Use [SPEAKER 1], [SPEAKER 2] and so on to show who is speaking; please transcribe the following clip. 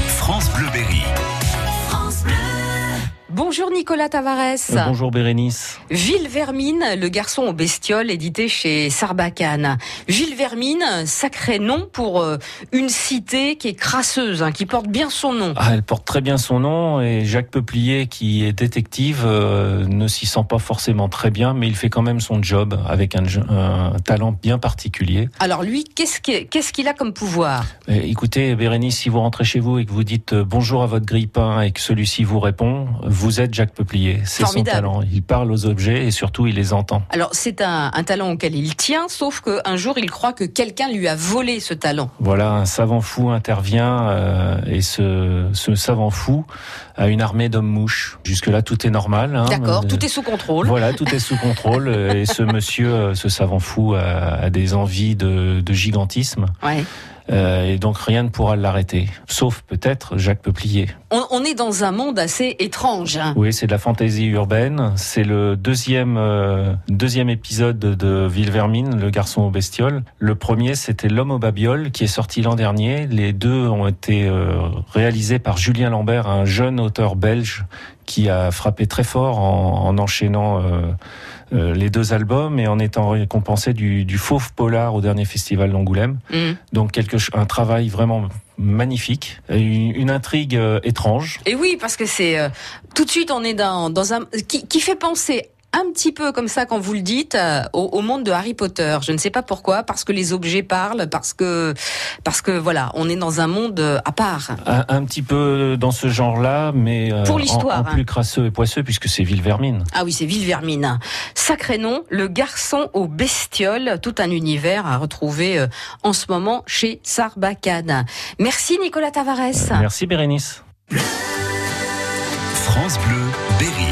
[SPEAKER 1] France Bleu Berry.
[SPEAKER 2] Bonjour Nicolas Tavares.
[SPEAKER 3] Euh, Bonjour Bérénice.
[SPEAKER 2] Ville Vermine, le garçon aux bestioles, édité chez Sarbacane. Ville Vermine, sacré nom pour euh, une cité qui est crasseuse, hein, qui porte bien son nom.
[SPEAKER 3] Ah, elle porte très bien son nom et Jacques Peuplier, qui est détective, euh, ne s'y sent pas forcément très bien, mais il fait quand même son job avec un, je- un talent bien particulier.
[SPEAKER 2] Alors lui, qu'est-ce que- qu'est-ce qu'il a comme pouvoir
[SPEAKER 3] Eh, écoutez Bérénice, si vous rentrez chez vous et que vous dites euh, bonjour à votre grille-pain et que celui-ci vous répond, vous êtes Jacques Peuplier. C'est son
[SPEAKER 2] Formidable.
[SPEAKER 3] talent. Il parle aux objets et surtout il les entend.
[SPEAKER 2] Alors c'est un, un talent auquel il tient, sauf qu'un jour il croit que quelqu'un lui a volé ce talent.
[SPEAKER 3] Voilà, un savant fou intervient euh, et ce, ce savant fou a une armée d'hommes mouches. Jusque-là, tout est normal. hein.
[SPEAKER 2] D'accord,
[SPEAKER 3] Euh,
[SPEAKER 2] tout est sous contrôle.
[SPEAKER 3] Voilà, tout est sous contrôle. euh, et ce monsieur, euh, ce savant fou, a, a des envies de, de gigantisme.
[SPEAKER 2] Ouais.
[SPEAKER 3] euh, et donc rien ne pourra l'arrêter. Sauf peut-être Jacques Peuplier.
[SPEAKER 2] On, on est dans un monde assez étrange. hein.
[SPEAKER 3] Oui, c'est de la fantaisie urbaine. C'est le deuxième, euh, deuxième épisode de Ville Vermine, Le garçon aux bestioles. Le premier, c'était L'homme aux babioles, qui est sorti l'an dernier. Les deux ont été euh, réalisés par Julien Lambert, un jeune auteur belge qui a frappé très fort en, en enchaînant euh, euh, les deux albums et en étant récompensé du, du Fauve Polar au dernier festival d'Angoulême.
[SPEAKER 2] Mm.
[SPEAKER 3] Donc quelque, ch- un travail vraiment magnifique, et une, une intrigue euh, étrange.
[SPEAKER 2] Et oui, parce que c'est euh, tout de suite on est dans, dans un qui, qui fait penser un petit peu comme ça quand vous le dites euh, au, au monde de Harry Potter. Je ne sais pas pourquoi, parce que les objets parlent, parce que parce que voilà, on est dans un monde euh, à part.
[SPEAKER 3] Un, un petit peu dans ce genre-là, mais euh,
[SPEAKER 2] Pour l'histoire,
[SPEAKER 3] en, en
[SPEAKER 2] hein.
[SPEAKER 3] plus crasseux et poisseux, puisque c'est Ville Vermine.
[SPEAKER 2] Ah oui, c'est Villevermine. Sacré nom, le garçon aux bestioles, tout un univers à retrouver euh, en ce moment chez Sarbacane. Merci Nicolas Tavares.
[SPEAKER 3] Merci Bérénice.
[SPEAKER 1] France Bleu Berry.